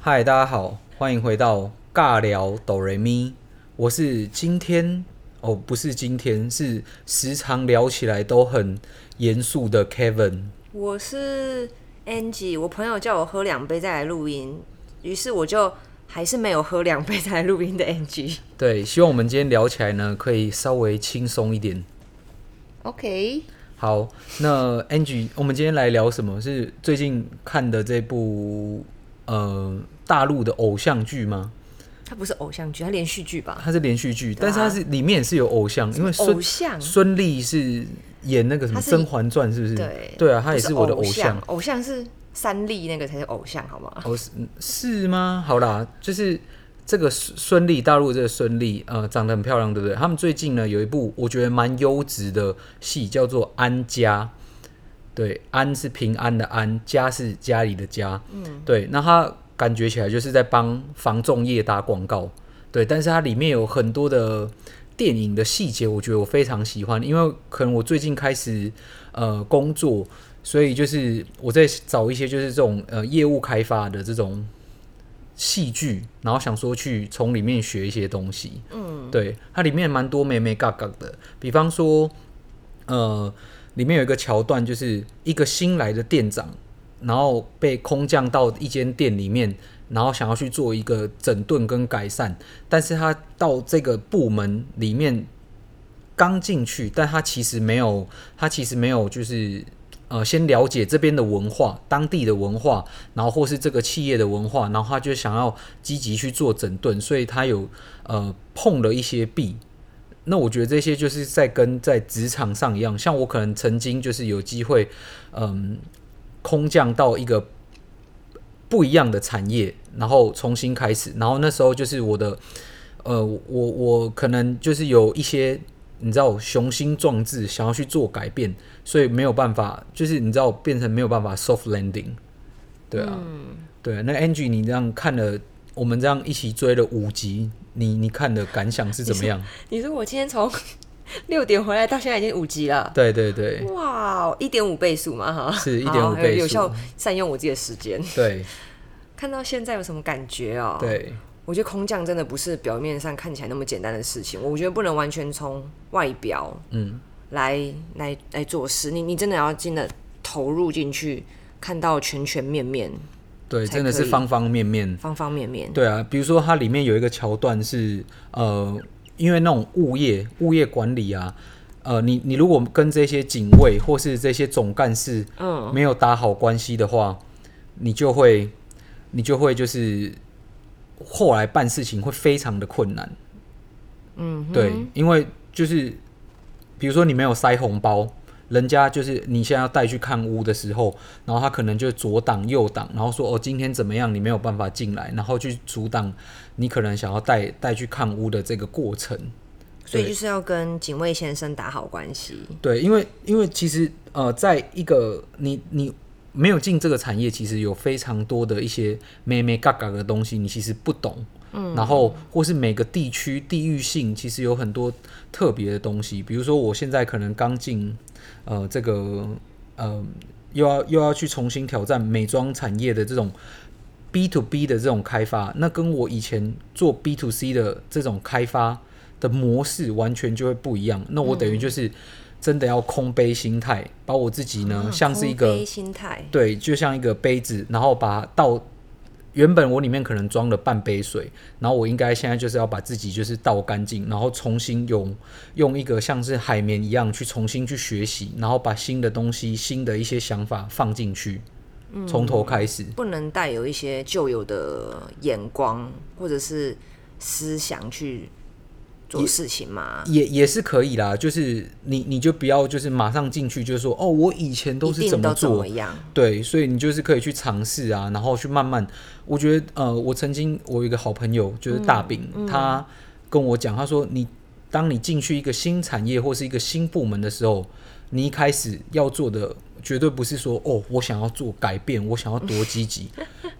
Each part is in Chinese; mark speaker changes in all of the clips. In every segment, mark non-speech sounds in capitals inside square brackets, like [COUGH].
Speaker 1: 嗨，大家好，欢迎回到尬聊哆瑞咪，我是今天哦，不是今天，是时常聊起来都很严肃的 Kevin。
Speaker 2: 我是 Angie，我朋友叫我喝两杯再来录音，于是我就还是没有喝两杯再来录音的 Angie。
Speaker 1: 对，希望我们今天聊起来呢，可以稍微轻松一点。
Speaker 2: OK，
Speaker 1: 好，那 Angie，我们今天来聊什么？是最近看的这部呃大陆的偶像剧吗？
Speaker 2: 它不是偶像剧，它连续剧吧？
Speaker 1: 它是连续剧，但是它是里呃面也是有偶像，因为孙
Speaker 2: 偶像
Speaker 1: 孙俪是演那个什么
Speaker 2: 她
Speaker 1: 《
Speaker 2: 嗯是
Speaker 1: 甄嬛传》，是不是？
Speaker 2: 对，
Speaker 1: 啊，她也
Speaker 2: 不是
Speaker 1: 我的
Speaker 2: 偶
Speaker 1: 偶像。
Speaker 2: 偶像是三立那个才是偶像，好吗？
Speaker 1: 哦，是是吗？好啦，就是这个孙孙俪，大陆这个孙俪，呃，长得很漂亮，对不对？他们最近呢有一部我觉得蛮优质的戏，叫做《安家》。对，安是平安的安，家是家里的家。嗯，对，那他感觉起来就是在帮防重业打广告。对，但是它里面有很多的电影的细节，我觉得我非常喜欢，因为可能我最近开始呃工作，所以就是我在找一些就是这种呃业务开发的这种戏剧，然后想说去从里面学一些东西。嗯，对，它里面蛮多美美嘎嘎的，比方说呃，里面有一个桥段，就是一个新来的店长，然后被空降到一间店里面，然后想要去做一个整顿跟改善，但是他到这个部门里面刚进去，但他其实没有，他其实没有就是。呃，先了解这边的文化、当地的文化，然后或是这个企业的文化，然后他就想要积极去做整顿，所以他有呃碰了一些壁，那我觉得这些就是在跟在职场上一样，像我可能曾经就是有机会，嗯，空降到一个不一样的产业，然后重新开始，然后那时候就是我的，呃，我我可能就是有一些你知道雄心壮志想要去做改变，所以没有办法，就是你知道变成没有办法 soft landing，对啊，对啊，那 Angie 你这样看了，我们这样一起追了五集，你你看的感想是怎么样？
Speaker 2: [LAUGHS] 你说我今天从 [LAUGHS] 六点回来到现在已经五集了。
Speaker 1: 对对对
Speaker 2: 哇，一点五倍速嘛哈，
Speaker 1: 是
Speaker 2: 好
Speaker 1: 1.5
Speaker 2: 有
Speaker 1: 倍速
Speaker 2: 有效善用我自己的时间。
Speaker 1: 对
Speaker 2: 看到现在有什么感觉哦？，
Speaker 1: 对，
Speaker 2: 我觉得空降真的不是表面上看起来那么简单的事情，我觉得不能完全从外表
Speaker 1: 嗯，
Speaker 2: 来来来做事，你你真的要真的投入进去，看到全全面面、
Speaker 1: 对，
Speaker 2: 才
Speaker 1: 真的是
Speaker 2: 可以
Speaker 1: 方方面面。
Speaker 2: 方方面面。
Speaker 1: 对啊，比如说它里面有一个桥段是，呃，因为那种物业物业管理啊，呃，你你如果跟这些警卫或是这些总干事
Speaker 2: 嗯，
Speaker 1: 没有打好关系的话，你就会你就会就是后来办事情会非常的困难。
Speaker 2: 嗯，
Speaker 1: 对，因为就是比如说你没有塞红包，人家就是你现在要带去看屋的时候，然后他可能就左挡右挡，然后说哦今天怎么样，你没有办法进来，然后去阻挡你可能想要带带去看屋的这个过程。
Speaker 2: 所以就是要跟警卫先生打好关系。
Speaker 1: 对，因为因为其实呃，在一个你你没有进这个产业，其实有非常多的一些咩咩嘎嘎的东西，你其实不懂。嗯，然后或是每个地区地域性，其实有很多特别的东西。比如说，我现在可能刚进呃这个呃又要又要去重新挑战美妆产业的这种 B to B 的这种开发，那跟我以前做 B to C 的这种开发的模式完全就会不一样。那我等于就是真的要空杯心态，把我自己呢、
Speaker 2: 嗯
Speaker 1: 像是一
Speaker 2: 空
Speaker 1: 个
Speaker 2: 杯心态，
Speaker 1: 对，就像一个杯子，然后把倒。原本我里面可能装了半杯水，然后我应该现在就是要把自己就是倒干净，然后重新用用一个像是海绵一样去重新去学习，然后把新的东西、新的一些想法放进去，从
Speaker 2: 嗯
Speaker 1: 头开始。
Speaker 2: 不能带有一些旧有的眼光或者是思想去做事情嘛。
Speaker 1: 也也是可以啦，就是你你就不要就是马上进去就说哦，我以前都
Speaker 2: 一
Speaker 1: 是
Speaker 2: 定
Speaker 1: 怎么
Speaker 2: 都怎
Speaker 1: 做
Speaker 2: 么，样？
Speaker 1: 对，所以你就是可以去尝试啊，然后去慢慢。我觉得呃，我曾经我有一个好朋友就是大饼，他跟我讲，他说你当你进去一个新产业或是一个新部门的时候，你一开始要做的绝对不是说哦，我想要做改变，我想要多积极，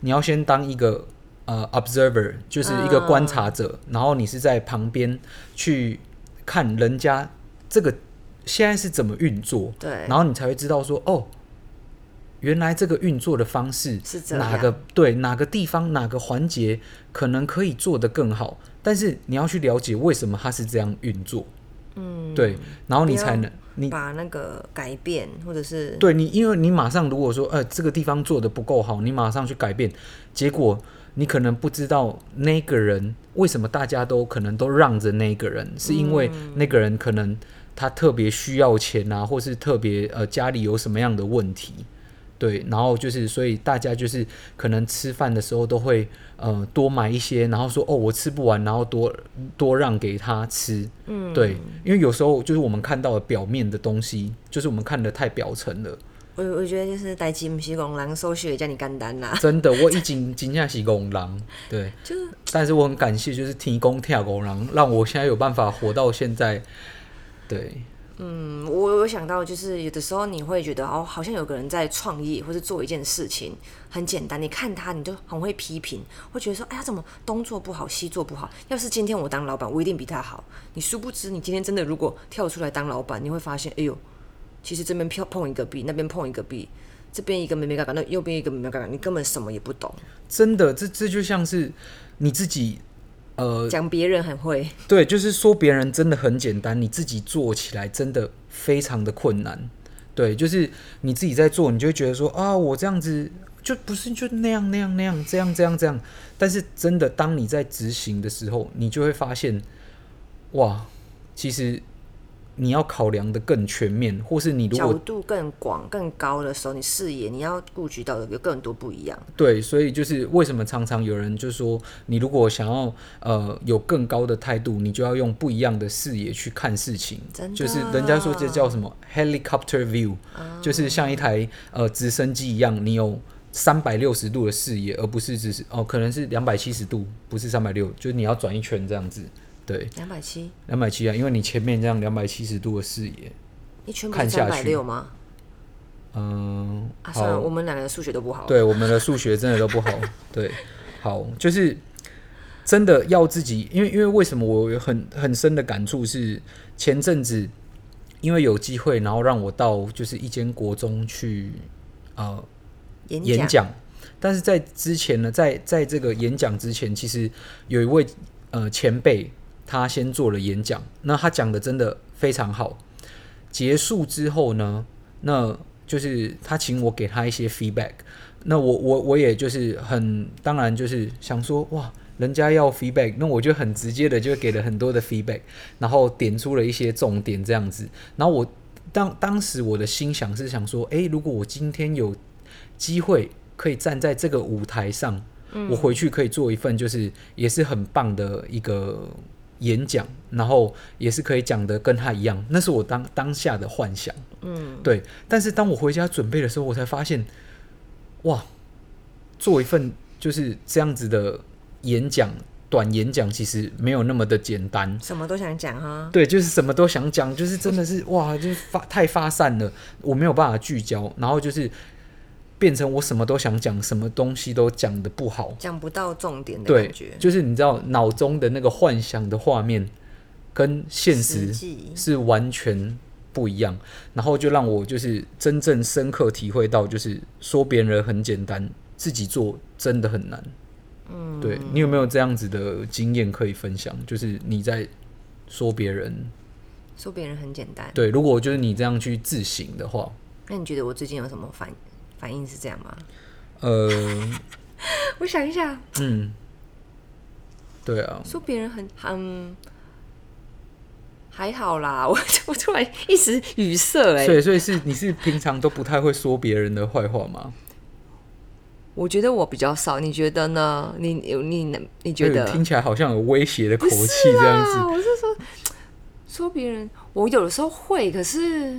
Speaker 1: 你要先当一个。呃，observer 就是一个观察者，然后你是在旁边去看人家这个现在是怎么运作，
Speaker 2: 对
Speaker 1: 然后你才会知道说，哦，原来这个运作的方式
Speaker 2: 是这
Speaker 1: 哪
Speaker 2: 样
Speaker 1: 个对哪个地方哪个环节可能可以做得更好，但是你要去了解为什么它是这样运作，嗯，对，然后你
Speaker 2: 不要
Speaker 1: 才能你
Speaker 2: 把那个改变或者是
Speaker 1: 对你，因为你马上如果说呃这个地方做的不够好，你马上去改变，结果你可能不知道那个人为什么大家都可能都让着那个人，是因为那个人可能他特别需要钱啊，或是特别呃家里有什么样的问题。对，然后就是，所以大家就是可能吃饭的时候都会呃多买一些，然后说哦我吃不完，然后多多让给他吃，嗯，对，因为有时候就是我们看到的表面的东西，就是我们看的太表层了，
Speaker 2: 我我觉得就是代志不是讲人收血叫你简单啦，
Speaker 1: 真
Speaker 2: [LAUGHS]
Speaker 1: 的，我已经惊讶喜公狼，对，
Speaker 2: 就是
Speaker 1: 但是我很感谢就是提供跳狗狼，让我现在有办法活到现在，对，
Speaker 2: 嗯，我有想到就是有的时候你会觉得哦，好像有个人在创业或是做一件事情很简单，你看他你就很会批评，会觉得说哎呀怎么东做不好西做不好，要是今天我当老板，我一定比他好。你殊不知你今天真的如果跳出来当老板，你会发现哎呦，其实这边碰碰一个币，那边碰一个币，这边一个没没嘎嘎，那右边一个没没嘎嘎，你根本什么也不懂，
Speaker 1: 真的，这这就像是你自己呃
Speaker 2: 讲别人很会，
Speaker 1: 对，就是说别人真的很简单，你自己做起来真的非常的困难。对，就是你自己在做，你就会觉得说啊，我这样子就不是就那样那样那样这样这样这样。但是真的，当你在执行的时候，你就会发现，哇，其实你要考量的更全面，或是你如
Speaker 2: 角
Speaker 1: 果
Speaker 2: 度更广更高的时候，你视野你要顾及到的有更多不一样。
Speaker 1: 对，所以就是为什么常常有人就说，你如果想要呃有更高的态度，你就要用不一样的视野去看事情
Speaker 2: 真。的
Speaker 1: 就是人家说这叫什么 helicopter view，、就是
Speaker 2: 啊
Speaker 1: 像一台呃直升机一样，你有三百六十度的视野，而不是只是哦可能是两百七十度，不是三百六，就是你要转一圈这样子。对，
Speaker 2: 两百七，
Speaker 1: 两百七啊，因为你前面这样两百七十度的视野，
Speaker 2: 一圈不
Speaker 1: 看
Speaker 2: 是
Speaker 1: 下
Speaker 2: 三百
Speaker 1: 去
Speaker 2: 六吗？
Speaker 1: 嗯、
Speaker 2: 啊，
Speaker 1: 好。
Speaker 2: 算了，我们两个数学都不好。，
Speaker 1: 对，我们的数学真的都不好。对，好，就是真的要自己，因为因为为什么我有很很深的感触是，前阵子因为有机会，然后让我到就是一间国中去呃
Speaker 2: 演
Speaker 1: 演讲，但是在之前呢，在在这个演讲之前，其实有一位呃前辈，他先做了演讲，那他讲的真的非常好。结束之后呢，那就是他请我给他一些 feedback，那我我我也就是很当然就是想说哇。人家要 feedback，那我就很直接的就给了很多的 feedback，然后点出了一些重点这样子。然后我当当时我的心想是想说，诶，如果我今天有机会可以站在这个舞台上，我回去可以做一份就是也是很棒的一个演讲，然后也是可以讲的跟他一样，那是我当当下的幻想。嗯，对。但是当我回家准备的时候，我才发现，哇，做一份就是这样子的演讲。短演讲其实没有那么的简单，
Speaker 2: 什么都想讲啊哈。
Speaker 1: 对，就是什么都想讲，就是真的是哇，就是发太发散了，我没有办法聚焦，然后就是变成我什么都想讲，什么东西都讲的不好。
Speaker 2: 讲不到重点的
Speaker 1: 对
Speaker 2: 感觉，，
Speaker 1: 就是你知道脑中的那个幻想的画面跟现
Speaker 2: 实
Speaker 1: 实
Speaker 2: 际
Speaker 1: 是完全不一样，然后就让我就是真正深刻体会到，就是说别人很简单，自己做真的很难。嗯，对你有没有这样子的经验可以分享？就是你在说别人
Speaker 2: 说别人很简单。
Speaker 1: 对，如果就是你这样去自省的话，
Speaker 2: 那你觉得我最近有什么反反应是这样吗？
Speaker 1: 呃，
Speaker 2: 我想一下，
Speaker 1: 嗯，对啊，
Speaker 2: 说别人很嗯，还好啦。 [LAUGHS] 我我突然一时语塞哎、
Speaker 1: 所以所以是你是平常都不太会说别人的坏话吗？
Speaker 2: 我觉得我比较少，你觉得呢？你你你你觉
Speaker 1: 哎
Speaker 2: 得？
Speaker 1: 听起来好像有威胁的口气这样
Speaker 2: 啊，
Speaker 1: 子，
Speaker 2: 我是说说别人，我有的时候会，可是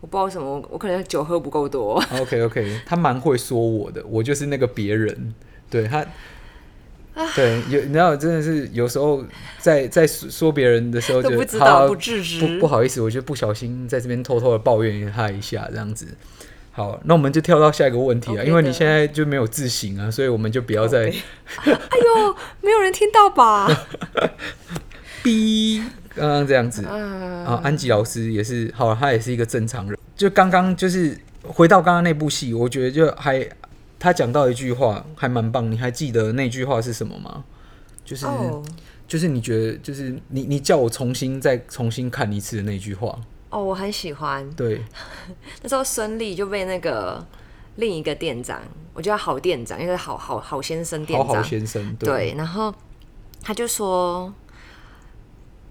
Speaker 2: 我不知道为什么，我我可能酒喝不够多。
Speaker 1: OK OK，他蛮会说我的，我就是那个别人，对他，对有你知道真的是有时候在在说说别人的时候
Speaker 2: 都
Speaker 1: 就
Speaker 2: 不知道
Speaker 1: 好啊
Speaker 2: 不制止
Speaker 1: 不不好意思，我就不小心在这边偷偷的抱怨他一下这样子。好，那我们就跳到下一个问题啊
Speaker 2: OK
Speaker 1: 因为你
Speaker 2: 的
Speaker 1: 现在就没有自省啊，所以我们就不要再
Speaker 2: 哎呦，没有人听到 [LAUGHS] 吧？
Speaker 1: 逼刚刚这样子。
Speaker 2: 啊，
Speaker 1: 啊，安吉老师也是，好，他也是一个正常人。就刚刚就是回到刚刚那部戏，我觉得就还他讲到一句话还蛮棒，你还记得那句话是什么吗？就是、
Speaker 2: 哦
Speaker 1: 就是你觉得就是你你叫我重新再重新看一次的那句话，
Speaker 2: 哦，我很喜欢。
Speaker 1: 对，
Speaker 2: 那时候孙俪就被那个另一个店长，我叫他好店长，因为好好好先生店
Speaker 1: 好
Speaker 2: 长，
Speaker 1: 好先生，对，
Speaker 2: 对，然后他就说，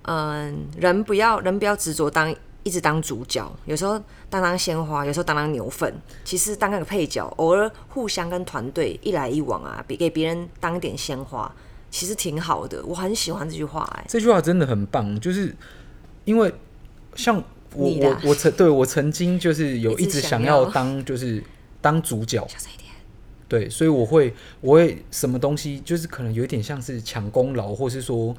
Speaker 2: 嗯，人不要人不要执着当一直当主角，有时候当当鲜花，有时候当当牛粪，其实当那个配角，偶尔互相跟团队一来一往啊，比给别人当一点鲜花，其实挺好的。我很喜欢这句话、哎，
Speaker 1: 这句话真的很棒，就是因为像我
Speaker 2: 你
Speaker 1: 我
Speaker 2: 啦
Speaker 1: 我曾对我曾经就是有
Speaker 2: 一
Speaker 1: 一直
Speaker 2: 直想
Speaker 1: 想
Speaker 2: 要
Speaker 1: 要当就是当主角，
Speaker 2: 小声一点。
Speaker 1: 对，所以我会我会什么东西就是可能有点像是抢功劳，或是说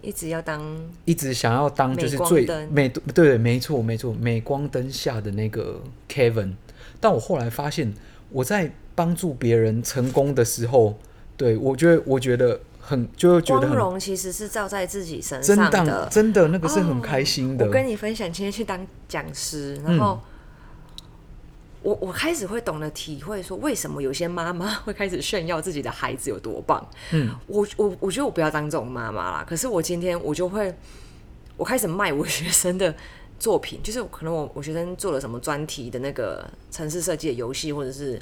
Speaker 2: 一直要当
Speaker 1: 一直想要当就是
Speaker 2: 镁光
Speaker 1: 最
Speaker 2: 灯
Speaker 1: 美对对，没错没错，镁光灯下的那个 Kevin。但我后来发现，我在帮助别人成功的时候，对我觉得我觉得很就会觉
Speaker 2: 光
Speaker 1: 得很
Speaker 2: 荣，其实是照在自己身
Speaker 1: 真
Speaker 2: 上
Speaker 1: 当
Speaker 2: 的。哦
Speaker 1: 真的那个是很开心的。嗯
Speaker 2: 我跟你分享，今天去当讲师，然后我我开始会懂得体会，说为什么有些妈妈会开始炫耀自己的孩子有多棒。嗯，我我我觉得我不要当这种妈妈啦。可是我今天我就会，我开始卖我学生的作品，就是可能我我学生做了什么专题的那个城市设计的游戏，或者是。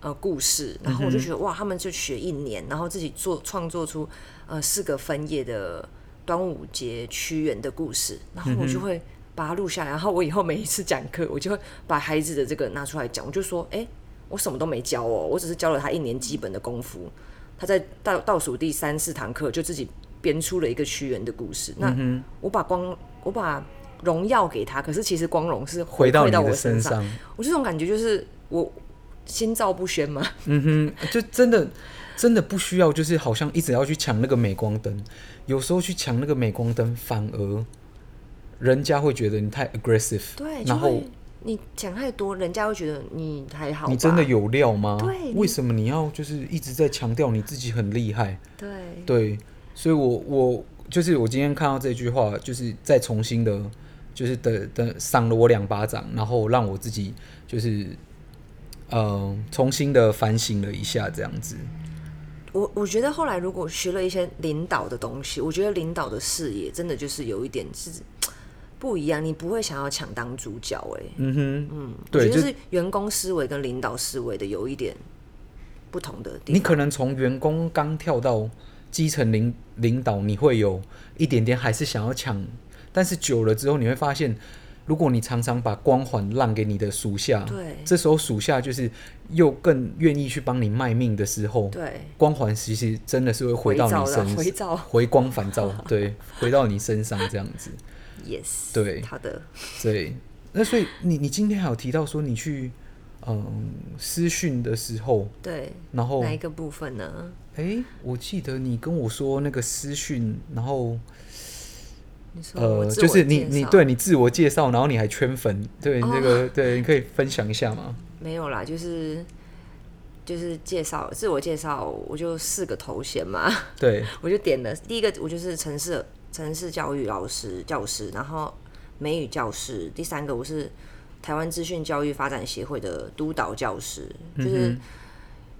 Speaker 2: 呃，故事，然后我就觉得、哇，他们就学一年，然后自己做创作出呃四个分页的端午节屈原的故事，然后我就会把它录下来，然后我以后每一次讲课，我就会把孩子的这个拿出来讲，我就说，哎、我什么都没教哦，我只是教了他一年基本的功夫，他在倒倒数第三四堂课就自己编出了一个屈原的故事，
Speaker 1: 嗯
Speaker 2: 那我把光我把荣耀给他，可是其实光荣是回
Speaker 1: 回到
Speaker 2: 馈
Speaker 1: 你
Speaker 2: 到
Speaker 1: 的
Speaker 2: 我
Speaker 1: 身
Speaker 2: 上
Speaker 1: 上，
Speaker 2: 我这种感觉就是我心照不宣嘛。
Speaker 1: 嗯哼，就真的真的不需要，就是好像一直要去抢那个镁光灯，有时候去抢那个镁光灯，反而人家会觉得你太 aggressive，
Speaker 2: 对，就
Speaker 1: 然后
Speaker 2: 会你讲太多，人家会觉得你还好吧。
Speaker 1: 你真的有料吗？
Speaker 2: 对
Speaker 1: 为什么你要就是一直在强调你自己很厉害？
Speaker 2: 对
Speaker 1: 对，所以我我就是我今天看到这句话，就是再重新的，就是的的赏了我两巴掌，然后让我自己就是嗯、呃重新的反省了一下，这样子。
Speaker 2: 我，我觉得后来如果学了一些领导的东西，我觉得领导的视野真的就是有一点是不一样，你不会想要抢当主角哎、
Speaker 1: 嗯哼，嗯，
Speaker 2: 我
Speaker 1: 对，
Speaker 2: 觉
Speaker 1: 就
Speaker 2: 得是员工思维跟领导思维的有一点不同的地
Speaker 1: 你
Speaker 2: 方。
Speaker 1: 可能从员工刚跳到基层领领导，你会有一点点还是想要抢，但是久了之后，你会发现，如果你常常把光环让给你的属下，
Speaker 2: 对
Speaker 1: 这时候属下就是又更愿意去帮你卖命的时候，
Speaker 2: 对，
Speaker 1: 光环其实真的是会回到
Speaker 2: 回照
Speaker 1: 你
Speaker 2: 啦
Speaker 1: 身上，
Speaker 2: 回照
Speaker 1: [LAUGHS] 回光返照，对，回到你身上这样子，
Speaker 2: yes，
Speaker 1: 对
Speaker 2: 好的，
Speaker 1: 对。那所以你你今天还有提到说你去嗯私讯的时候，
Speaker 2: 对，
Speaker 1: 然后
Speaker 2: 哪一个部分呢？
Speaker 1: 诶，哎我记得你跟我说那个私讯，然后
Speaker 2: 你说哦我
Speaker 1: 呃，
Speaker 2: 自
Speaker 1: 就
Speaker 2: 我
Speaker 1: 是你
Speaker 2: 介
Speaker 1: 你
Speaker 2: 绍哦
Speaker 1: 对你自我介绍，然后你还圈粉，对你这个、对，你可以分享一下吗？
Speaker 2: 没有啦，就是就是介绍自我介绍，我就四个头衔嘛，
Speaker 1: 对，
Speaker 2: 我就点了第一个，我就是城市城市教育老师教师，然后美语教师，第三个我是台湾资讯教育发展协会的督导教师，就是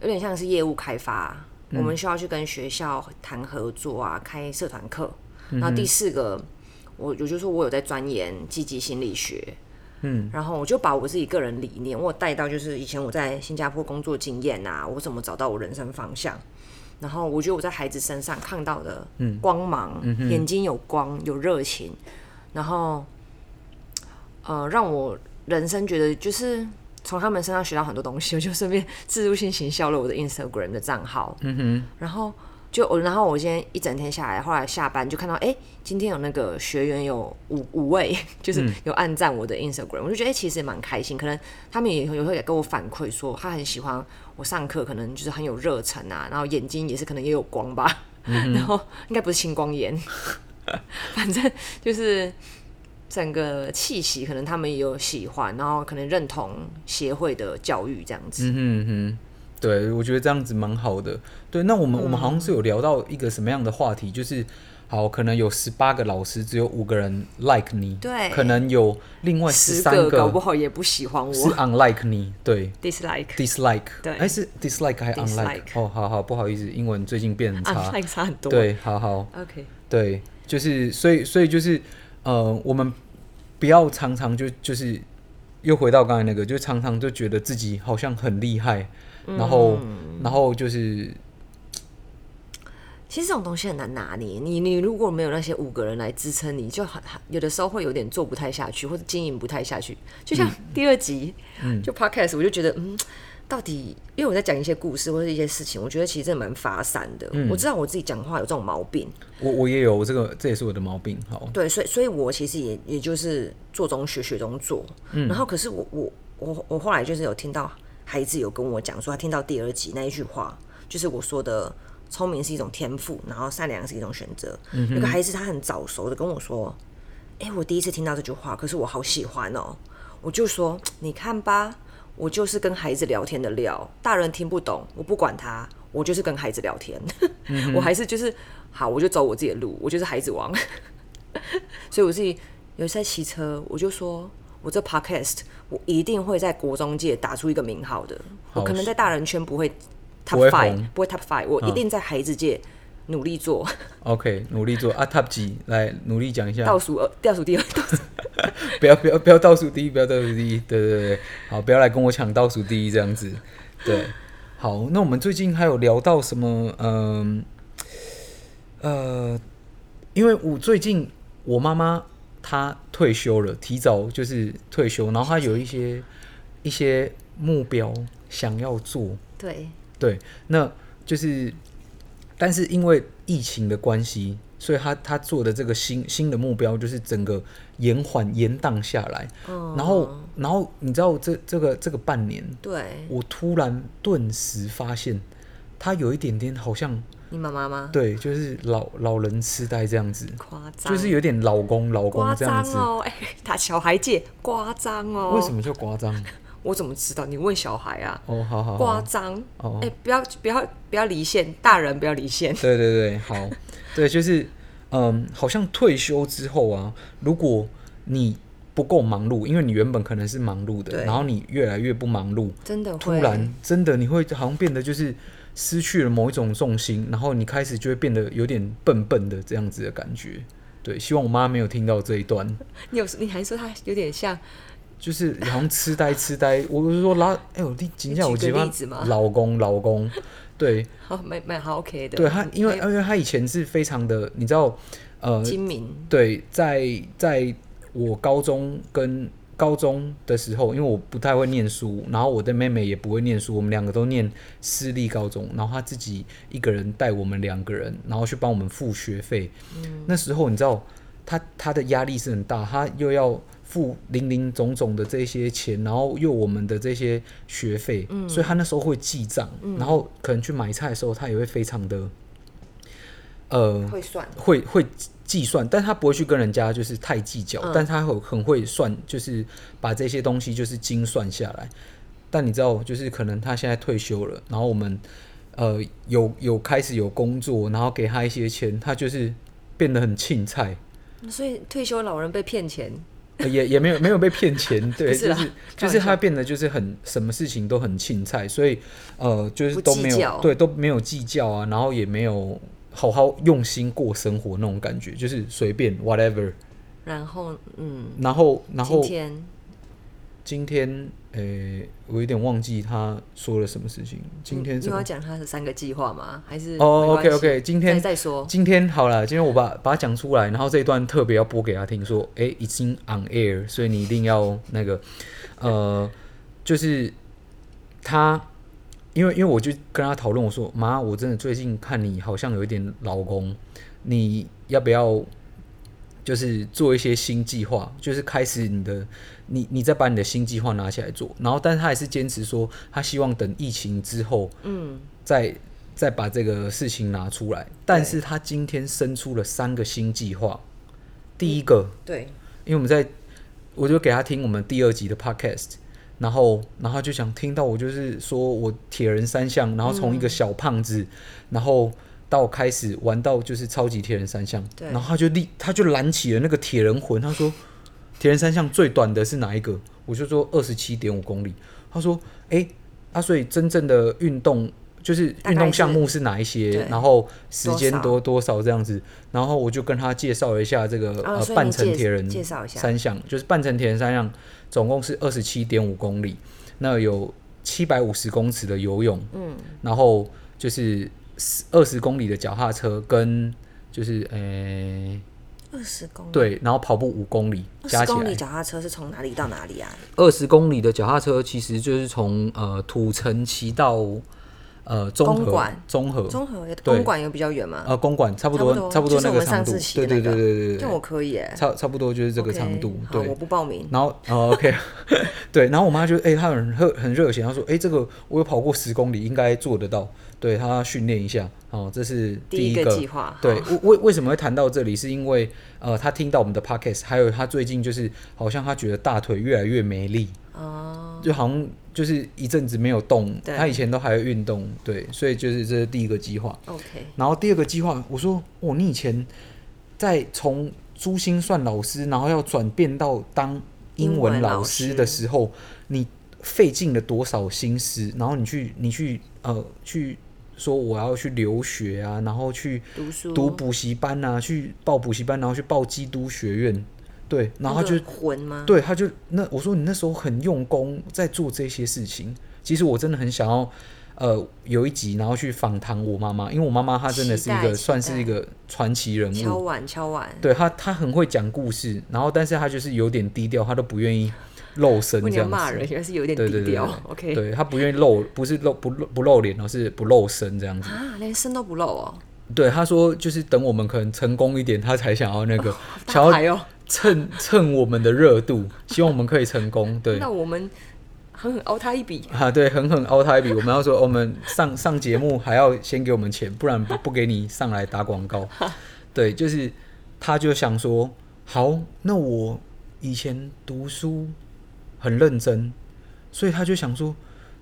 Speaker 2: 有点像是业务开发，我们需要去跟学校谈合作啊，开社团课，然后第四个。我我就说我有在钻研积极心理学，
Speaker 1: 嗯
Speaker 2: 然后我就把我自己个人理念，我有带到就是以前我在新加坡工作经验啊，我怎么找到我人生方向。然后我觉得我在孩子身上看到的光芒，眼睛有光，有热情，然后呃，让我人生觉得就是从他们身上学到很多东西，我就顺便自入性行销了我的 Instagram 的账号，嗯哼，然后就我，然后我今天一整天下来，后来下班就看到，哎、今天有那个学员有五五位， [LAUGHS] 就是有暗赞我的 Instagram，、我就觉得哎、其实也蛮开心，可能他们也也会跟我反馈说，他很喜欢我上课，可能就是很有热忱啊，然后眼睛也是可能也有光吧， [LAUGHS] 然后应该不是青光眼， [LAUGHS] 反正就是整个气息，可能他们也有喜欢，然后可能认同协会的教育这样子。
Speaker 1: 嗯哼嗯哼，对，我觉得这样子蛮好的。对，那我
Speaker 2: 嗯
Speaker 1: 们、我们好像是有聊到一个什么样的话题，就是好，可能有十八个老师，只有五个人 like 你，
Speaker 2: 对
Speaker 1: 可能有另外十
Speaker 2: 十
Speaker 1: 三
Speaker 2: 个搞不
Speaker 1: 个
Speaker 2: 好也不喜欢
Speaker 1: 是
Speaker 2: 我
Speaker 1: unlike 你，对
Speaker 2: dislike
Speaker 1: ，dislike，
Speaker 2: 对
Speaker 1: 哎是 dislike 还 unlike？
Speaker 2: dislike
Speaker 1: 哦，好好，不好意思，英文最近变很
Speaker 2: [LAUGHS]
Speaker 1: 差，
Speaker 2: unlike 啊差很多。
Speaker 1: 对，好好，
Speaker 2: ，OK，
Speaker 1: 对，就是所以所以就是呃，我们不要常常就就是又回到刚才那个，就常常就觉得自己好像很厉害，然后、然后就是
Speaker 2: 其实这种东西很难拿捏。你你如果没有那些五个人来支撑你，就很很有的时候会有点做不太下去，或者经营不太下去。
Speaker 1: 嗯
Speaker 2: 就像第二集、就 podcast，我就觉得嗯。到底，因为我在讲一些故事或者一些事情，我觉得其实真的蛮发散的。
Speaker 1: 嗯
Speaker 2: 我知道我自己讲话有这种毛病，
Speaker 1: 我我也有这个，这也是我的毛病。好，
Speaker 2: 对，所以所以我其实也也就是做中学，学中做。然后可是我我我我后来就是有听到孩子有跟我讲说，他听到第二集那一句话，就是我说的聪明是一种天赋，然后善良是一种选择。有个孩子他很早熟的跟我说，哎、我第一次听到这句话，可是我好喜欢哦。我就说，你看吧，我就是跟孩子聊天的料，大人听不懂，我不管他，我就是跟孩子聊天， [LAUGHS]
Speaker 1: 嗯
Speaker 2: 我还是就是好，我就走我自己的路，我就是孩子王。 [LAUGHS] 所以我自己有一次在骑车，我就说，我这 podcast 我一定会在国中界打出一个名号的，
Speaker 1: 好
Speaker 2: 我可能在大人圈不会
Speaker 1: 不会
Speaker 2: top five，
Speaker 1: 红嗯
Speaker 2: 不会 top five，我一定在孩子界努力做。
Speaker 1: OK，努力做啊，Top 几来努力讲一下
Speaker 2: 倒，数二，倒数第二，倒数 [LAUGHS]
Speaker 1: [LAUGHS] 不要不要不要倒数第一，不要倒数第一，对对对对，好，不要来跟我抢倒数第一这样子，对，好，那我们最近还有聊到什么？嗯、呃，因为我最近我妈妈她退休了，提早就是退休，然后她有一些一些目标想要做，
Speaker 2: 对，
Speaker 1: 对，那就是，但是因为疫情的关系，所以他他做的这个新新的目标就是整个延缓延宕下来。
Speaker 2: 嗯，
Speaker 1: 然后，然后你知道这这个这个半年，
Speaker 2: 对
Speaker 1: 我突然顿时发现，他有一点点好像
Speaker 2: 你妈妈吗？
Speaker 1: 对，就是老老人痴呆这样子，
Speaker 2: 夸张，
Speaker 1: 就是有点老公老公
Speaker 2: 夸
Speaker 1: 这样
Speaker 2: 张
Speaker 1: 子。
Speaker 2: 哦， [LAUGHS] 哎、打小孩界夸张哦，
Speaker 1: 为什？么叫夸张？
Speaker 2: 我怎么知道？你问小孩啊，
Speaker 1: 哦，好好好。
Speaker 2: 夸张，哎、
Speaker 1: 哦
Speaker 2: 不要不要不要离线，大人不要离线，
Speaker 1: 对对对，
Speaker 2: [LAUGHS]
Speaker 1: 好，对，就是嗯，好像退休之后啊，如果你不够忙碌，因为你原本可能是忙碌的，
Speaker 2: 对
Speaker 1: 然后你越来越不忙碌，
Speaker 2: 真的
Speaker 1: 突
Speaker 2: 会，
Speaker 1: 然真的你会好像变得就是失去了某一种重心，然后你开始就会变得有点笨笨的这样子的感觉。对，希望我妈没有听到这一段，
Speaker 2: [LAUGHS] 你有你还说他有点像，
Speaker 1: 就是好像痴呆痴呆，我就说拉，哎呦，你今
Speaker 2: 你
Speaker 1: 天我
Speaker 2: 举
Speaker 1: 结
Speaker 2: 个
Speaker 1: 婚
Speaker 2: 例子吗
Speaker 1: 老公老公，对
Speaker 2: 好哦蛮蛮好 OK 的，
Speaker 1: 对，他因为
Speaker 2: 哎
Speaker 1: 因为他以前是非常的，你知道，呃，
Speaker 2: 精明，
Speaker 1: 对，在在我高中跟高中的时候，因为我不太会念书，然后我的妹妹也不会念书，我们两个都念私立高中，然后她自己一个人带我们两个人，然后去帮我们付学费。那时候你知道，她她的压力是很大，她又要付零零总总的这些钱，然后又我们的这些学费，所以她那时候会记账，然后可能去买菜的时候，她也会非常的。呃，
Speaker 2: 会算，
Speaker 1: 会会计算，但他不会去跟人家就是太计较，但他很很会算，就是把这些东西就是精算下来。但你知道，就是可能他现在退休了，然后我们呃有有开始有工作，然后给他一些钱，他就是变得很庆菜，
Speaker 2: 所以退休老人被骗钱，
Speaker 1: 呃也也没有没有被骗钱，对，
Speaker 2: 不是
Speaker 1: 就
Speaker 2: 啦
Speaker 1: 是
Speaker 2: 开
Speaker 1: 就
Speaker 2: 玩
Speaker 1: 是他
Speaker 2: 笑
Speaker 1: 变得就是很什么事情都很庆菜，所以呃就是
Speaker 2: 不
Speaker 1: 都
Speaker 2: 计
Speaker 1: 没有
Speaker 2: 较
Speaker 1: 对都没有计较啊，然后也没有好好用心过生活那种感觉，就是随便 whatever。
Speaker 2: 然后嗯，
Speaker 1: 然后，然
Speaker 2: 今
Speaker 1: 后
Speaker 2: 天
Speaker 1: 今天，呃、我有点忘记他说了什么事情。今天
Speaker 2: 你
Speaker 1: 什
Speaker 2: 有要
Speaker 1: 么？
Speaker 2: 讲他的三个计划吗？还是
Speaker 1: 哦
Speaker 2: 没关系
Speaker 1: ，OK，OK，今天
Speaker 2: 再再说，
Speaker 1: 今天好了，今天我把把它讲出来，然后这一段特别要播给他听，说，哎、已经 on air，所以你一定要那个，呃，就是他，因为因为我就跟他讨论，我说，妈，我真的最近看你好像有一点老公，你要不要就是做一些新计划，就是开始你的，你你再把你的新计划拿起来做，然后，但是他还是坚持说，他希望等疫情之后，
Speaker 2: 嗯，
Speaker 1: 再再把这个事情拿出来。但是他今天生出了三个新计划。第一个，
Speaker 2: 对，
Speaker 1: 因为我们在，我就给他听我们第二集的 podcast，然后然后他就想听到我就是说我铁人三项，然后从一个小胖子，然后到开始玩到就是超级铁人三项，
Speaker 2: 对
Speaker 1: 然后他就立他就燃起了那个铁人魂，他说铁人三项最短的是哪一个？我就说二十七点五公里，他说哎、啊，所以真正的运动。就是
Speaker 2: 大概
Speaker 1: 运动
Speaker 2: 是
Speaker 1: 项目是哪一些
Speaker 2: 对，
Speaker 1: 然后时间
Speaker 2: 多少
Speaker 1: 多多少这样子，然后我就跟他介绍了一下这个、
Speaker 2: 哦
Speaker 1: 呃
Speaker 2: 所以
Speaker 1: 半
Speaker 2: 你
Speaker 1: 程
Speaker 2: 介
Speaker 1: 铁人
Speaker 2: 介绍一下
Speaker 1: 三项，就是半程铁人三项总共是二十七点五公里，那有七百五十公尺的游泳，
Speaker 2: 嗯，
Speaker 1: 然后就是二十公里的脚踏车跟就是诶、呃
Speaker 2: 二十公里，，
Speaker 1: 对，然后跑步五公里
Speaker 2: 嗯二
Speaker 1: 加
Speaker 2: 十
Speaker 1: 起
Speaker 2: 公里
Speaker 1: 来。
Speaker 2: 脚踏车哦是从哪里到哪里啊？
Speaker 1: 二十公里的脚踏车其实就是从呃土城骑到呃
Speaker 2: 公
Speaker 1: 中和
Speaker 2: 馆
Speaker 1: 中和
Speaker 2: 综合
Speaker 1: 对
Speaker 2: 公馆有比较远吗？
Speaker 1: 呃公馆差不多
Speaker 2: 差
Speaker 1: 差
Speaker 2: 不
Speaker 1: 不多
Speaker 2: 多就是
Speaker 1: 那
Speaker 2: 我们
Speaker 1: 个长
Speaker 2: 上
Speaker 1: 度
Speaker 2: 次，骑
Speaker 1: 对对
Speaker 2: 那
Speaker 1: 对
Speaker 2: 个
Speaker 1: 对对
Speaker 2: 但我
Speaker 1: 对，
Speaker 2: 可以耶，
Speaker 1: 差差不多就是这个
Speaker 2: OK，
Speaker 1: 长度。
Speaker 2: 好，
Speaker 1: 对
Speaker 2: 我，不报名。
Speaker 1: 然后哦 OK，对， [LAUGHS] 然后我妈就哎、她很热很热血，她说哎、这个我有跑过十公里，应该做得到，对她训练一下，哦，这是
Speaker 2: 第
Speaker 1: 一
Speaker 2: 一
Speaker 1: 个
Speaker 2: 个计划
Speaker 1: 对，为为为什么会谈到这里？是因为呃，她听到我们的 podcast，还有她最近就是好像她觉得大腿越来越没力，
Speaker 2: 哦，
Speaker 1: 就好像就是一阵子没有动，
Speaker 2: 对
Speaker 1: 她以前都还会运动，对，所以就是这是第一个计划。
Speaker 2: OK，
Speaker 1: 然后第二个计划，我说哦，你以前在从珠心算老师，然后要转变到当英文老师的时候，你费尽了多少心思？然后你去，你去，呃，去说我要去留学啊，然后去
Speaker 2: 读书
Speaker 1: 读补习班啊，去报补习班，然后去报基督学院，对，然后他就
Speaker 2: 那个魂吗？
Speaker 1: 对，他就那我说你那时候很用功在做这些事情，其实我真的很想要，呃，有一集然后去访谈我妈妈，因为我妈妈她真的是一
Speaker 2: 期待
Speaker 1: 个
Speaker 2: 期
Speaker 1: 算是一
Speaker 2: 待
Speaker 1: 个传奇人
Speaker 2: 敲
Speaker 1: 物，
Speaker 2: 碗敲碗，
Speaker 1: 对她她很会讲故事，然后但是她就是有点低调，她都不愿意露身
Speaker 2: 问你
Speaker 1: 这
Speaker 2: 要
Speaker 1: 样
Speaker 2: 骂人，
Speaker 1: 子。
Speaker 2: 原来是有点
Speaker 1: 对
Speaker 2: 低
Speaker 1: 对对
Speaker 2: 调
Speaker 1: 对。
Speaker 2: OK，
Speaker 1: 对她不愿意露，不是露不露不露脸，而哦是不露身这样子。
Speaker 2: 啊，连声都不露哦，
Speaker 1: 对，她说就是等我们可能成功一点，她才想要那个，想
Speaker 2: 大牌
Speaker 1: 要
Speaker 2: 哦。
Speaker 1: 趁趁我们的热度，希望我们可以成功。对，
Speaker 2: 那我们狠狠凹他一笔，
Speaker 1: 啊，对，狠狠凹他一笔。我们要说，我们上上节目还要先给我们钱，不然不不给你上来打广
Speaker 2: [LAUGHS]
Speaker 1: 告。对，就是他就想说，好，那我以前读书很认真，所以他就想说，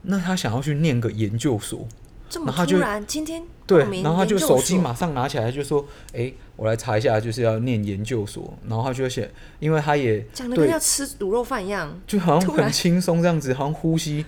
Speaker 1: 那他想要去念个研究所。
Speaker 2: 这么
Speaker 1: 然后他
Speaker 2: 突
Speaker 1: 就
Speaker 2: 然，今天
Speaker 1: 对
Speaker 2: 报，名
Speaker 1: 然后他
Speaker 2: 哦研
Speaker 1: 就
Speaker 2: 究
Speaker 1: 手
Speaker 2: 所
Speaker 1: 机马上拿起来就说：“哎、我来查一下，就是要念研究所。”然后他就写，因为他也
Speaker 2: 讲的
Speaker 1: 对
Speaker 2: 跟要吃卤肉饭一样，
Speaker 1: 就好像
Speaker 2: 突然
Speaker 1: 很轻松这样子，好像呼吸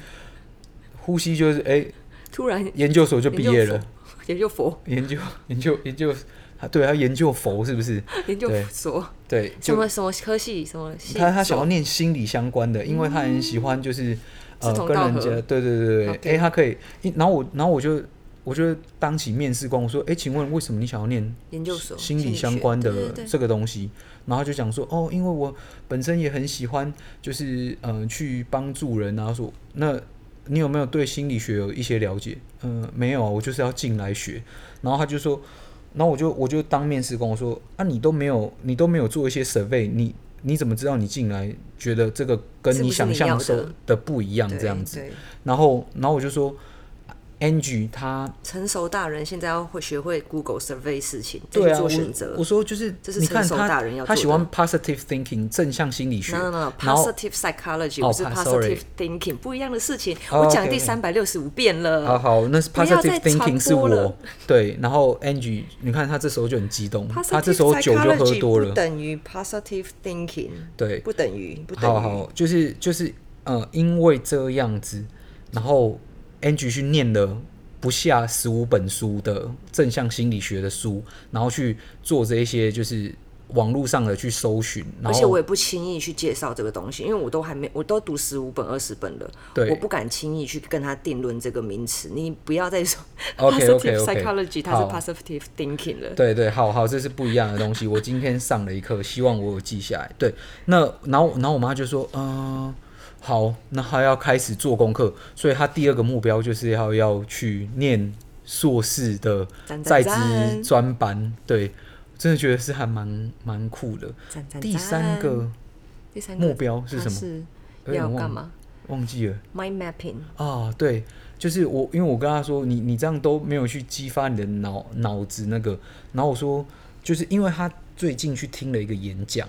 Speaker 1: 呼吸就是哎、
Speaker 2: 突然研
Speaker 1: 研究所就毕
Speaker 2: 究
Speaker 1: 业
Speaker 2: 佛
Speaker 1: 了。，
Speaker 2: 研究佛，
Speaker 1: 研究研究研究，啊对，他研究佛是不是？
Speaker 2: 研究
Speaker 1: 对
Speaker 2: 所，
Speaker 1: 对，
Speaker 2: 什
Speaker 1: 就
Speaker 2: 么什么科系，什么系所，
Speaker 1: 他他想要念心理相关的，因为他很喜欢就是、
Speaker 2: 嗯志
Speaker 1: 呃
Speaker 2: 同
Speaker 1: 跟
Speaker 2: 道
Speaker 1: 人
Speaker 2: 合
Speaker 1: 家对对对对，哎
Speaker 2: OK、
Speaker 1: 他可以，一然后我然后我就我就当起面试官，我说哎、请问为什么你想要念
Speaker 2: 研究所
Speaker 1: 心
Speaker 2: 心
Speaker 1: 理
Speaker 2: 理
Speaker 1: 相
Speaker 2: 学
Speaker 1: 关
Speaker 2: 对
Speaker 1: 的
Speaker 2: 对对
Speaker 1: 这个东西，然后就讲说哦，因为我本身也很喜欢，就是嗯、呃去帮助人啊。说那你有没有对心理学有一些了解？嗯、没有啊，我就是要进来学。然后他就说，然后我就我就当面试官我说啊，你都没有你都没有做一些 survey，你你怎么知道你进来觉得这个
Speaker 2: 是
Speaker 1: 跟
Speaker 2: 不
Speaker 1: 你
Speaker 2: 是
Speaker 1: 想
Speaker 2: 你
Speaker 1: 象
Speaker 2: 要的
Speaker 1: 中的不一样
Speaker 2: 对
Speaker 1: 这样子？
Speaker 2: 对
Speaker 1: 然后然后我就说，Angie 她
Speaker 2: 成熟大人现在要会学会 Google survey 事情，再
Speaker 1: 对
Speaker 2: 去
Speaker 1: 啊，
Speaker 2: 做
Speaker 1: 我
Speaker 2: 选择
Speaker 1: 我。说就是，
Speaker 2: 这是
Speaker 1: 你看
Speaker 2: 成熟
Speaker 1: 他
Speaker 2: 大人要
Speaker 1: 他
Speaker 2: 做
Speaker 1: 喜
Speaker 2: 的
Speaker 1: 欢 positive thinking 正向心理学
Speaker 2: no no no
Speaker 1: 然后
Speaker 2: positive psychology
Speaker 1: 哦
Speaker 2: 不是
Speaker 1: ，pa-
Speaker 2: positive
Speaker 1: sorry
Speaker 2: thinking，不一样的事情。
Speaker 1: 哦
Speaker 2: 我讲
Speaker 1: OK，OK
Speaker 2: 第三百六十五遍了。
Speaker 1: 好好，那是
Speaker 2: 嗯不要
Speaker 1: positive
Speaker 2: 再传
Speaker 1: thinking 是
Speaker 2: 播了
Speaker 1: 我对，然后 Angie，你看他这时候就很激动，
Speaker 2: Positive
Speaker 1: 他这时候酒就喝
Speaker 2: psychology
Speaker 1: 多
Speaker 2: 不
Speaker 1: 了，
Speaker 2: 等于 positive thinking，
Speaker 1: 对，
Speaker 2: 不等于不等于。
Speaker 1: 好好，就是就是呃，因为这样子，然后 Angie 去念了不下十五本书的正向心理学的书，然后去做这一些就是网络上的去搜寻，然
Speaker 2: 而且我
Speaker 1: 后
Speaker 2: 也不轻易去介绍这个东西，因为我都还没，我都读十五本、二十本了，
Speaker 1: 对
Speaker 2: 我不敢轻易去跟他定论这个名词。你不要再说
Speaker 1: OK，OK，OK，
Speaker 2: positive psychology，它
Speaker 1: 好
Speaker 2: 是 positive thinking 了。
Speaker 1: 对对，好好，这是不一样的东西。我今天上了一课，希望我有记下来。对，那然后然后我妈就说，嗯、好，那她要开始做功课，所以她第二个目标就是要要去念硕士的
Speaker 2: 赞
Speaker 1: 在
Speaker 2: 赞
Speaker 1: 职
Speaker 2: 赞
Speaker 1: 专班。对，真的觉得是还蛮蛮酷的。
Speaker 2: 赞赞
Speaker 1: 第三
Speaker 2: 赞
Speaker 1: 个
Speaker 2: 第三个
Speaker 1: 目标是什
Speaker 2: 它
Speaker 1: 么？哎
Speaker 2: 是
Speaker 1: 有点
Speaker 2: 要
Speaker 1: 忘了
Speaker 2: 干嘛
Speaker 1: 忘记了
Speaker 2: ？Mind mapping，
Speaker 1: 啊，对。就是我，因为我跟她说，你你这样都没有去激发你的脑脑子那个，然后我说，就是因为他最近去听了一个演讲，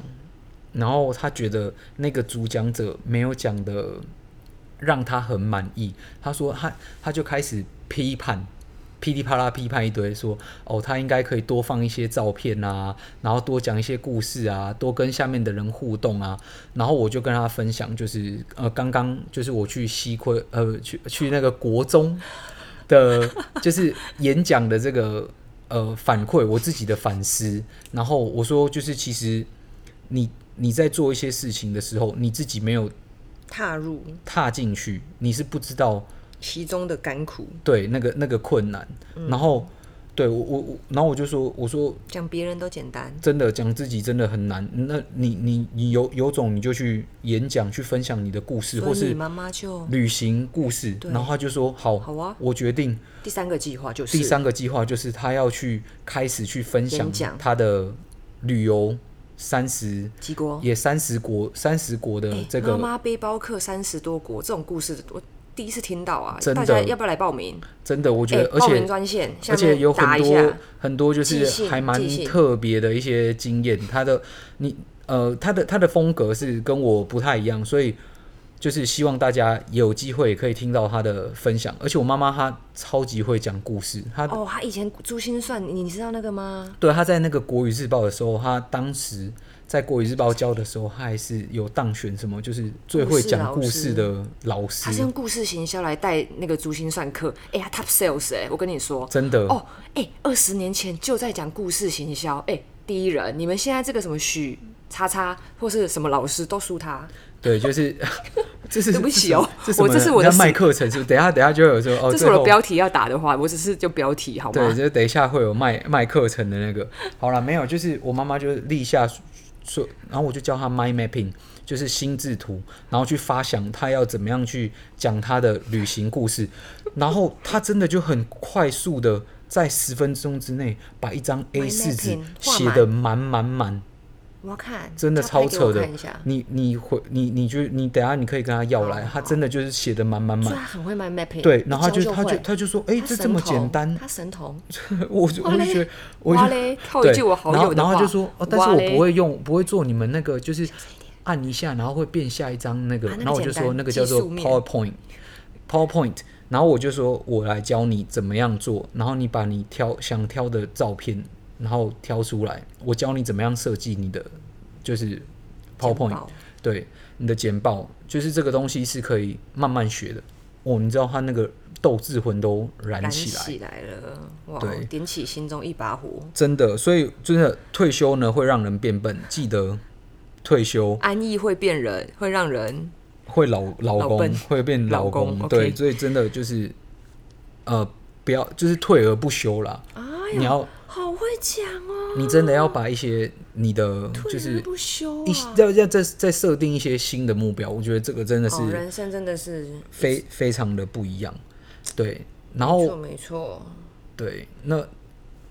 Speaker 1: 然后他觉得那个主讲者没有讲的让他很满意。他说他他就开始批判，噼里啪啦批判一堆说，哦，他应该可以多放一些照片啊，然后多讲一些故事啊，多跟下面的人互动啊。然后我就跟他分享，就是呃，刚刚就是我去西昆呃去去那个国中的，就是演讲的这个呃反馈，我自己的反思。然后我说，就是其实你你在做一些事情的时候，你自己没有
Speaker 2: 踏入
Speaker 1: 踏进去，你是不知道
Speaker 2: 其中的甘苦，
Speaker 1: 对那个那个困难。
Speaker 2: 嗯
Speaker 1: 然后对我我我，然后我就说我说
Speaker 2: 讲别人都简单，
Speaker 1: 真的讲自己真的很难。那你你你有有种你就去演讲，去分享你的故事，
Speaker 2: 所
Speaker 1: 或
Speaker 2: 以你
Speaker 1: 是
Speaker 2: 妈妈就
Speaker 1: 旅行故事。
Speaker 2: 对
Speaker 1: 然后他就说好，
Speaker 2: 好啊
Speaker 1: 我决定。
Speaker 2: 第三个计划就是
Speaker 1: 第三个计划就是他要去开始去分享
Speaker 2: 演讲
Speaker 1: 他的旅游三十
Speaker 2: 吉国
Speaker 1: 也三十国三十国的这个
Speaker 2: 哎妈妈背包客三十多国这种故事，我第一次听到啊！
Speaker 1: 真的
Speaker 2: 大家要不要来报名？
Speaker 1: 真的，我觉
Speaker 2: 哎
Speaker 1: 得，而
Speaker 2: 报名
Speaker 1: 且
Speaker 2: 专线，下
Speaker 1: 而且
Speaker 2: 面
Speaker 1: 有
Speaker 2: 打
Speaker 1: 很
Speaker 2: 一下
Speaker 1: 多。很多就
Speaker 2: 即
Speaker 1: 是
Speaker 2: 兴
Speaker 1: 还蛮
Speaker 2: 即兴
Speaker 1: 特别的一些经验。他的你呃，他的他的风格是跟我不太一样，所以就是希望大家有机会可以听到他的分享。而且我妈妈她超级会讲故事，她
Speaker 2: 哦，他以前珠心算，你你知道那个吗？
Speaker 1: 对她在那个国语日报的时候，她当时在国语日报教的时候，她还是有当选什么就是最会讲故事的老
Speaker 2: 他是
Speaker 1: 师
Speaker 2: 用，故事行销来带那个珠心算课，哎、他 top sales 哎、我跟你说，
Speaker 1: 真的
Speaker 2: 哦，哎、二十年前就在讲故事行销，哎、第一人，你们现在这个什么许叉叉或是什么老师都输他，
Speaker 1: 对，就是 [LAUGHS] 这是
Speaker 2: [LAUGHS] 对不起哦
Speaker 1: 这什么
Speaker 2: 我这是我的
Speaker 1: 人家卖课程是不是，等一下等一下就会有说哦，
Speaker 2: 这是
Speaker 1: 最
Speaker 2: 我的
Speaker 1: 后
Speaker 2: 标题要打的话，我只是就标题好
Speaker 1: 对，
Speaker 2: 吗？
Speaker 1: 就是等一下会有卖卖课程的那个。好了，没有，就是我妈妈就是立下说，然后我就教她 mind mapping，就是心智图，然后去发想她要怎么样去讲她的旅行故事，然后她真的就很快速的在十分钟之内把一张 A 四纸
Speaker 2: mapping，画
Speaker 1: 写
Speaker 2: 满
Speaker 1: 得满满满。
Speaker 2: 我要看，
Speaker 1: 真的
Speaker 2: 他
Speaker 1: 超
Speaker 2: 拍给我
Speaker 1: 扯的嗯
Speaker 2: 看一下，，
Speaker 1: 你你回你你就你等一下你可以跟她要来，
Speaker 2: 好
Speaker 1: 她真的就是写得满满
Speaker 2: 所以
Speaker 1: 满，
Speaker 2: 他很会卖 mapping，
Speaker 1: 对，然后她
Speaker 2: 一
Speaker 1: 就
Speaker 2: 教
Speaker 1: 她就
Speaker 2: 会
Speaker 1: 她就说，哎、
Speaker 2: 他
Speaker 1: 这
Speaker 2: 神
Speaker 1: 这么
Speaker 2: 童
Speaker 1: 简单，
Speaker 2: 他神童，
Speaker 1: [LAUGHS] 我就我就
Speaker 2: 嘞
Speaker 1: 觉得，我就
Speaker 2: 哇嘞，套
Speaker 1: 对，
Speaker 2: 一句我好
Speaker 1: 然后
Speaker 2: 友的
Speaker 1: 然
Speaker 2: 话，
Speaker 1: 后就说，哦，但是
Speaker 2: 哇
Speaker 1: 我
Speaker 2: 嘞
Speaker 1: 不会用，不会做你们那个，就是按一下，然后会变下一张那个。
Speaker 2: 啊那个
Speaker 1: 然后我就
Speaker 2: 简单
Speaker 1: 说，那个叫
Speaker 2: 技
Speaker 1: 做
Speaker 2: 术面
Speaker 1: PowerPoint，PowerPoint。然后我就说，我来教你怎么样做，然后你把你挑想挑的照片，然后挑出来，我教你怎么样设计你的就是 PowerPoint，
Speaker 2: 报
Speaker 1: 对，你的简报，就是这个东西是可以慢慢学的。哦，你知道他那个斗志魂都燃
Speaker 2: 燃
Speaker 1: 起来，
Speaker 2: 起来了，哇
Speaker 1: 对！
Speaker 2: 点起心中一把火，
Speaker 1: 真的，所以真的退休呢会让人变笨，记得退休
Speaker 2: 安逸会变人，会让人
Speaker 1: 会老老
Speaker 2: 老
Speaker 1: 公
Speaker 2: 笨
Speaker 1: 会变老
Speaker 2: 老
Speaker 1: 公，
Speaker 2: 公
Speaker 1: 对，
Speaker 2: OK
Speaker 1: 所以真的就是呃不要就是退而不休啦，
Speaker 2: 哎
Speaker 1: 你要
Speaker 2: 好会讲哦，
Speaker 1: 你真的要把一些你的就是
Speaker 2: 不休
Speaker 1: 一
Speaker 2: 啊！
Speaker 1: 要要再再设定一些新的目标，我觉得这个真的是
Speaker 2: 哦，人生真的是
Speaker 1: 非非常的不一样，对，然
Speaker 2: 没错
Speaker 1: 后
Speaker 2: 没错，
Speaker 1: 对那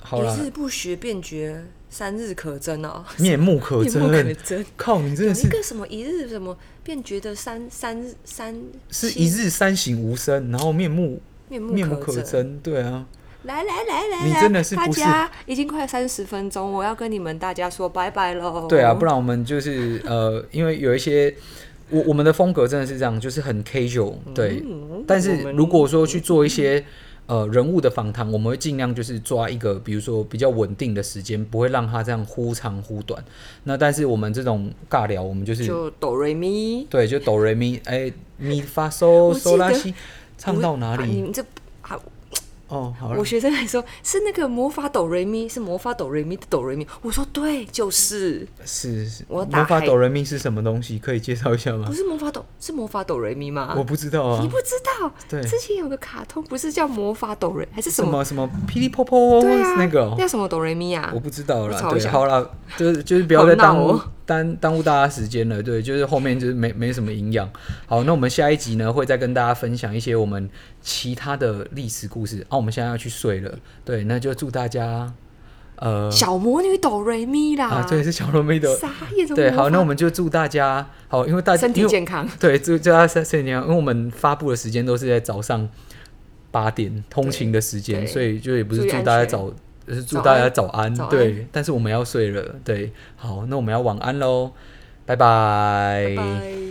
Speaker 1: 好啦
Speaker 2: 一，日不学便觉，三日可憎哦，
Speaker 1: 面目可
Speaker 2: 面目可
Speaker 1: 憎， [LAUGHS]
Speaker 2: 憎。
Speaker 1: 靠你真
Speaker 2: 有
Speaker 1: 的
Speaker 2: 一
Speaker 1: 是
Speaker 2: 个什么一日什么便觉得三三三
Speaker 1: 是
Speaker 2: 七
Speaker 1: 一日三省吾身，然后面目。
Speaker 2: 面目
Speaker 1: 面目可
Speaker 2: 可憎。
Speaker 1: 憎，对啊，
Speaker 2: 来来来来来，
Speaker 1: 你真的是
Speaker 2: 大
Speaker 1: 不是
Speaker 2: 家已经快三十分钟，我要跟你们大家说拜拜喽。
Speaker 1: 对啊，不然我们就是呃，因为有一些我我们的风格真的是这样，就是很 casual，对。
Speaker 2: 嗯
Speaker 1: 但是
Speaker 2: 我们
Speaker 1: 如果说去做一些呃人物的访谈，我们会尽量就是抓一个，比如说比较稳定的时间，不会让它这样忽长忽短。那但是我们这种尬聊，我们就是
Speaker 2: 就哆瑞咪，
Speaker 1: 对，就哆来咪哎咪发嗦
Speaker 2: 我记得
Speaker 1: 嗦拉西，唱
Speaker 2: 我
Speaker 1: 到哪
Speaker 2: 啊
Speaker 1: 里？
Speaker 2: 你们这啊，
Speaker 1: 哦，好了
Speaker 2: 我，学生还说是那个魔法哆瑞咪，是魔法哆瑞咪的哆瑞咪。我说对，就是
Speaker 1: 是是
Speaker 2: 我打
Speaker 1: 魔法
Speaker 2: 开
Speaker 1: 哆来咪是什么东西？可以介绍一下吗
Speaker 2: 不？是魔法哆，是魔法哆瑞咪吗？
Speaker 1: 啊我不知道啊
Speaker 2: 你，不知道？
Speaker 1: 对
Speaker 2: 之前有个卡通不是叫魔法哆瑞还是什
Speaker 1: 什
Speaker 2: 么？
Speaker 1: 么什么噼里啪啪哦
Speaker 2: 对啊，
Speaker 1: 那个哦
Speaker 2: 那叫什么哆瑞咪啊
Speaker 1: 我？不知道啦
Speaker 2: 我，找一
Speaker 1: 对，
Speaker 2: 下
Speaker 1: 好啦，就是就是不要再
Speaker 2: 好闹
Speaker 1: 耽误、
Speaker 2: 哦
Speaker 1: 耽耽误大家时间了，对，就是后面就是没没什么营养。好，那我们下一集呢会再跟大家分享一些我们其他的历史故事。啊，我们现在要去睡了，对，那就祝大家呃
Speaker 2: 小魔女哆瑞咪啦！
Speaker 1: 啊，对，是小罗密的，
Speaker 2: 傻眼什么
Speaker 1: 对，
Speaker 2: 魔
Speaker 1: 好，
Speaker 2: 法
Speaker 1: 那我们就祝大家好，因为大家
Speaker 2: 身体
Speaker 1: 因为
Speaker 2: 健康。
Speaker 1: [LAUGHS] 对，祝祝大家身身体健康，因为我们发布的时间都是在早上八点通勤的时间，
Speaker 2: 对
Speaker 1: 所以就也不是
Speaker 2: 注意
Speaker 1: 祝
Speaker 2: 安
Speaker 1: 大家
Speaker 2: 全
Speaker 1: 早，呃是祝
Speaker 2: 早
Speaker 1: 大家
Speaker 2: 安
Speaker 1: 早安，
Speaker 2: 早安
Speaker 1: 对。但是我们要睡了，对，好，那我们要晚安喽，拜拜
Speaker 2: 拜。